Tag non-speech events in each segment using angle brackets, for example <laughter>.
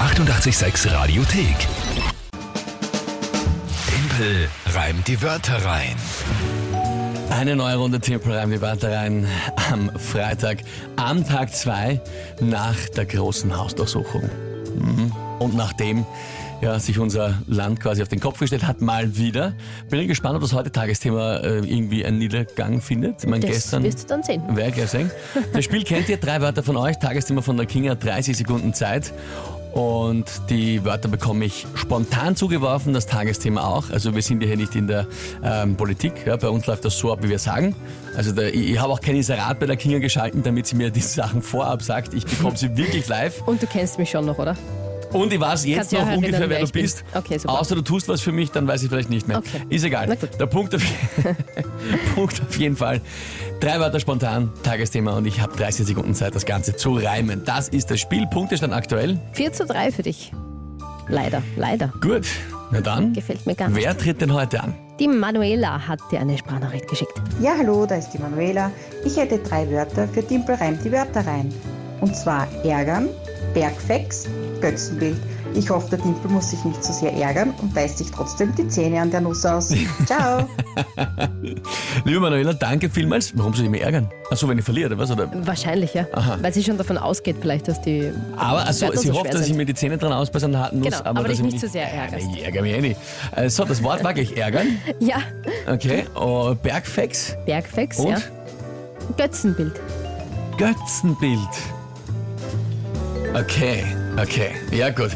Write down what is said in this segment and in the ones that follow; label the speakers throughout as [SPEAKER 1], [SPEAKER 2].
[SPEAKER 1] 886 Radiothek. Tempel reimt die Wörter rein.
[SPEAKER 2] Eine neue Runde Tempelreim die Wörter rein am Freitag, am Tag 2 nach der großen Hausdurchsuchung. Mhm. Und nachdem ja, sich unser Land quasi auf den Kopf gestellt hat, mal wieder. Bin ich gespannt, ob das heute Tagesthema äh, irgendwie einen Niedergang findet. Ich meine,
[SPEAKER 3] Das
[SPEAKER 2] gestern
[SPEAKER 3] wirst du dann sehen.
[SPEAKER 2] Wer gleich sagen. Das Spiel kennt ihr, drei Wörter von euch, Tagesthema von der Kinga, 30 Sekunden Zeit. Und die Wörter bekomme ich spontan zugeworfen, das Tagesthema auch. Also wir sind ja hier nicht in der ähm, Politik. Ja, bei uns läuft das so ab, wie wir sagen. Also da, ich, ich habe auch kein Inserat bei der Kinga geschalten, damit sie mir diese Sachen vorab sagt. Ich bekomme sie wirklich live.
[SPEAKER 3] Und du kennst mich schon noch, oder?
[SPEAKER 2] Und ich weiß jetzt
[SPEAKER 3] Kannst ja
[SPEAKER 2] noch
[SPEAKER 3] erinnern,
[SPEAKER 2] ungefähr, wer
[SPEAKER 3] wer
[SPEAKER 2] du
[SPEAKER 3] ich bin.
[SPEAKER 2] bist.
[SPEAKER 3] Okay, super.
[SPEAKER 2] Außer du tust was für mich, dann weiß ich vielleicht nicht mehr.
[SPEAKER 3] Okay.
[SPEAKER 2] Ist egal.
[SPEAKER 3] Na gut.
[SPEAKER 2] Der Punkt auf, <laughs> Punkt auf jeden Fall. Drei Wörter spontan, Tagesthema und ich habe 30 Sekunden Zeit, das Ganze zu reimen. Das ist das Spiel. Punktestand aktuell.
[SPEAKER 3] 4 zu 3 für dich. Leider, leider.
[SPEAKER 2] Gut. Na dann,
[SPEAKER 3] Gefällt mir gar nicht.
[SPEAKER 2] wer tritt denn heute an?
[SPEAKER 3] Die Manuela hat dir eine Sprachnachricht geschickt.
[SPEAKER 4] Ja, hallo, da ist die Manuela. Ich hätte drei Wörter für Timpel reimt die Wörter rein. Und zwar ärgern, Bergfex, Götzenbild. Ich hoffe, der Timpel muss sich nicht so sehr ärgern und beißt sich trotzdem die Zähne an der Nuss aus. Ciao!
[SPEAKER 2] Liebe Manuela, danke vielmals. Warum soll ich mich ärgern? Achso, wenn ich verliere, oder was? Oder?
[SPEAKER 3] Wahrscheinlich, ja.
[SPEAKER 2] Aha.
[SPEAKER 3] Weil sie schon davon ausgeht, vielleicht, dass die.
[SPEAKER 2] Aber also,
[SPEAKER 3] Wörter
[SPEAKER 2] sie
[SPEAKER 3] so
[SPEAKER 2] hofft,
[SPEAKER 3] schwer
[SPEAKER 2] dass ich
[SPEAKER 3] sind.
[SPEAKER 2] mir die Zähne dran ausbeißen an der harten Nuss.
[SPEAKER 3] Genau, aber
[SPEAKER 2] dass
[SPEAKER 3] dich
[SPEAKER 2] ich mich
[SPEAKER 3] nicht zu sehr ärgerst.
[SPEAKER 2] Ich ärgere mich eh nicht. Äh, So, das
[SPEAKER 3] <laughs>
[SPEAKER 2] Wort war gleich ärgern.
[SPEAKER 3] Ja,
[SPEAKER 2] Okay, oh, Bergfex
[SPEAKER 3] Bergfex,
[SPEAKER 2] und
[SPEAKER 3] ja. Götzenbild.
[SPEAKER 2] Götzenbild. Okay, okay, ja gut.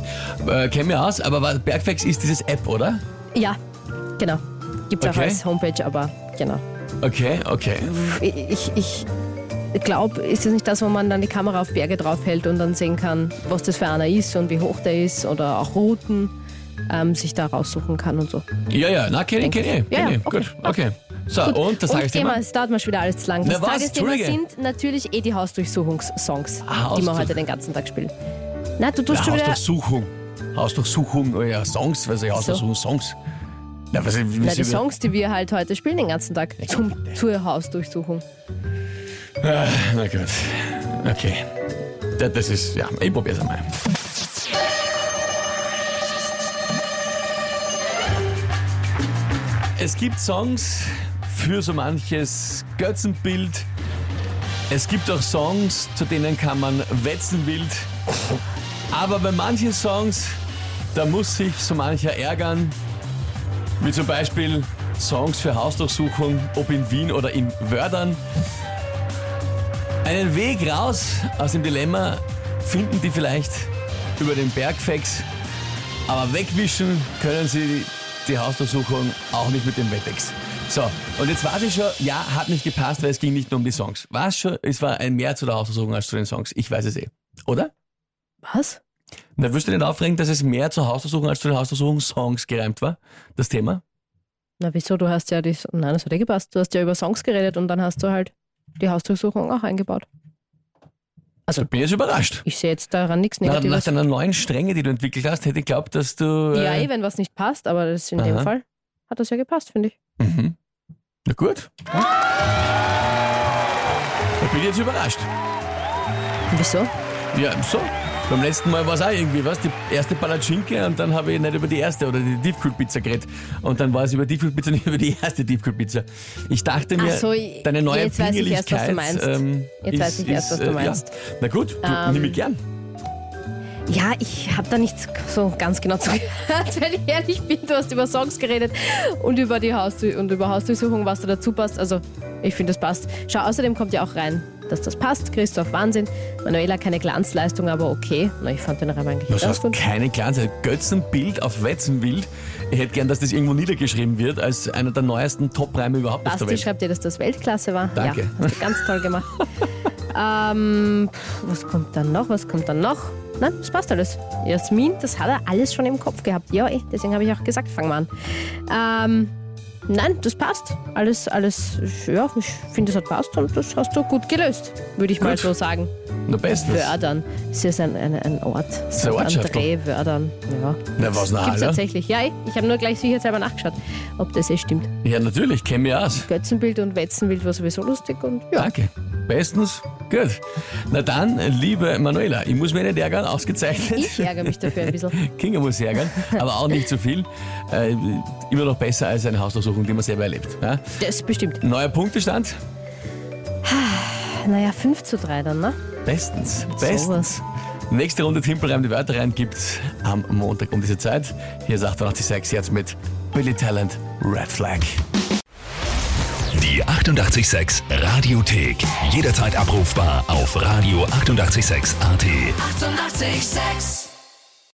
[SPEAKER 2] Äh, Kennen wir aus, aber was- Bergfex ist dieses App, oder?
[SPEAKER 3] Ja, genau. Gibt's auch
[SPEAKER 2] Okay.
[SPEAKER 3] als Homepage, aber genau.
[SPEAKER 2] Okay, okay.
[SPEAKER 3] Ich, ich glaube, ist das nicht das, wo man dann die Kamera auf Berge draufhält und dann sehen kann, was das für einer ist und wie hoch der ist oder auch Routen ähm, sich da raussuchen kann und so.
[SPEAKER 2] Ja, ja, na, kenne ich, kenne ich.
[SPEAKER 3] Ja,
[SPEAKER 2] Kenn
[SPEAKER 3] ja,
[SPEAKER 2] ich.
[SPEAKER 3] okay,
[SPEAKER 2] Gut, okay. So, und das
[SPEAKER 3] Thema,
[SPEAKER 2] Tagesthema?
[SPEAKER 3] es dauert mal schon wieder alles zu lang. Das
[SPEAKER 2] Na was,
[SPEAKER 3] Tagesthema
[SPEAKER 2] Entschuldige.
[SPEAKER 3] sind natürlich eh die Hausdurchsuchungssongs,
[SPEAKER 2] Ah,
[SPEAKER 3] die wir
[SPEAKER 2] Hausdurch-
[SPEAKER 3] heute den ganzen Tag spielen. Na, du tust
[SPEAKER 2] Na,
[SPEAKER 3] schon wieder...
[SPEAKER 2] Hausdurchsuchung. Hausdurchsuchung, oh ja, Songs, was ich Hausdurchsuchung, Songs. Na, was,
[SPEAKER 3] Na, die Songs, die wir halt heute spielen den ganzen Tag zum, zur Hausdurchsuchung.
[SPEAKER 2] Ah, Na gut, okay. Das, das ist, ja, ich probier's einmal. Es gibt Songs für so manches Götzenbild. Es gibt auch Songs, zu denen kann man Wetzenwild. Aber bei manchen Songs, da muss sich so mancher ärgern. Wie zum Beispiel Songs für Hausdurchsuchung, ob in Wien oder in Wördern. Einen Weg raus aus dem Dilemma finden die vielleicht über den Bergfex, aber wegwischen können sie die Hausdurchsuchung auch nicht mit dem Wettex. So, und jetzt weiß ich schon, ja, hat nicht gepasst, weil es ging nicht nur um die Songs. War es schon, es war ein mehr zu der Hausdurchsuchung als zu den Songs. Ich weiß es eh. Oder?
[SPEAKER 3] Was?
[SPEAKER 2] Na, wirst du nicht aufregen, dass es mehr zur Hausdurchsuchung als zu den Hausdurchsuchungssongs gereimt war? Das Thema?
[SPEAKER 3] Na, wieso? Du hast ja die... Nein, das hat eh gepasst. Du hast ja über Songs geredet und dann hast du halt die Hausdurchsuchung auch eingebaut.
[SPEAKER 2] Also, ich bin jetzt überrascht.
[SPEAKER 3] Ich sehe jetzt daran nichts
[SPEAKER 2] Nach, nach
[SPEAKER 3] Negatives.
[SPEAKER 2] deiner neuen Strenge, die du entwickelt hast, hätte ich glaubt, dass du.
[SPEAKER 3] ja,
[SPEAKER 2] äh,
[SPEAKER 3] eh, wenn was nicht passt, aber das ist in dem
[SPEAKER 2] Aha.
[SPEAKER 3] Fall hat das ja gepasst, finde ich.
[SPEAKER 2] Mhm. Na gut. Ich bin jetzt überrascht.
[SPEAKER 3] Wieso?
[SPEAKER 2] Ja, so. Beim letzten Mal war es auch irgendwie, was? Die erste Palatschinke und dann habe ich nicht über die erste oder die Tiefkühlpizza geredet. Und dann war es über Tiefkühlpizza, <laughs> nicht über die erste Tiefkühlpizza. Ich dachte mir,
[SPEAKER 3] Ach so, ich-
[SPEAKER 2] deine neue
[SPEAKER 3] jetzt weiß ich erst, was du
[SPEAKER 2] Pingelichkeit,
[SPEAKER 3] meinst.
[SPEAKER 2] ähm,
[SPEAKER 3] Jetzt
[SPEAKER 2] ist,
[SPEAKER 3] weiß ich
[SPEAKER 2] ist,
[SPEAKER 3] erst, was du
[SPEAKER 2] äh,
[SPEAKER 3] meinst.
[SPEAKER 2] Ja. Na gut, du,
[SPEAKER 3] Ähm,
[SPEAKER 2] nimm ich gern.
[SPEAKER 3] Ja, ich habe da nicht so ganz genau <laughs> zugehört, wenn ich ehrlich bin. Du hast über Songs geredet und über die Hausdu und über Hausdurchsuchung, was da dazu passt. Also, ich finde, das passt. Schau, außerdem kommt ja auch rein, dass das passt. Christoph, Wahnsinn. Manuela, keine Glanzleistung, aber okay. Na, ich fand den Reim eigentlich
[SPEAKER 2] Das
[SPEAKER 3] ganz
[SPEAKER 2] heißt,
[SPEAKER 3] gut.
[SPEAKER 2] keine Kleinzeit. Götzenbild auf Wetzenwild. Ich hätte gern, dass das irgendwo niedergeschrieben wird, als einer der neuesten Top-Reime überhaupt auf der
[SPEAKER 3] Basti
[SPEAKER 2] Welt.
[SPEAKER 3] schreibt dir, dass das Weltklasse war.
[SPEAKER 2] Danke.
[SPEAKER 3] Ja, hast du ganz
[SPEAKER 2] <laughs>
[SPEAKER 3] toll gemacht. ähm, pff, was kommt dann noch? Was kommt dann noch? Nein, das passt alles. Jasmin, das hat er alles schon im Kopf gehabt. Ja, eh, deswegen habe ich auch gesagt, fangen wir an. Ähm, nein, das passt. Alles, alles, ja, ich finde, das hat passt und das hast du gut gelöst, würde ich mal
[SPEAKER 2] Gut.
[SPEAKER 3] so sagen.
[SPEAKER 2] Na bestens.
[SPEAKER 3] Wördern. Es ist ein, ein, ein Ort. St.
[SPEAKER 2] Ortschaft,
[SPEAKER 3] André, Wördern. Ja.
[SPEAKER 2] Na, was noch,
[SPEAKER 3] Gibt's
[SPEAKER 2] Alter?
[SPEAKER 3] tatsächlich. Ja, eh, ich habe nur gleich sicherheitshalber nachgeschaut, ob das eh stimmt.
[SPEAKER 2] Ja, natürlich, kenn mich aus.
[SPEAKER 3] Götzenbild und Wetzenbild war sowieso lustig und ja,
[SPEAKER 2] Danke. Bestens, Gut. Na dann, liebe Manuela, ich muss mich nicht ärgern, ausgezeichnet.
[SPEAKER 3] Ich ärgere mich dafür ein <laughs> bisschen.
[SPEAKER 2] <laughs> Kinga muss ärgern, aber auch nicht zu viel. Äh, immer noch besser als eine Hausdurchsuchung, die man selber erlebt. Ja?
[SPEAKER 3] Das bestimmt.
[SPEAKER 2] Neuer Punktestand?
[SPEAKER 3] Naja, 5 zu 3 dann, ne?
[SPEAKER 2] Bestens. Bestens. Nächste Runde Timpelreim die Wörter rein gibt's am Montag um diese Zeit. Hier ist 886 jetzt mit Billy Talent Red Flag.
[SPEAKER 1] Die 886 Radiothek. Jederzeit abrufbar auf radio886.at. 886! 886.
[SPEAKER 5] 886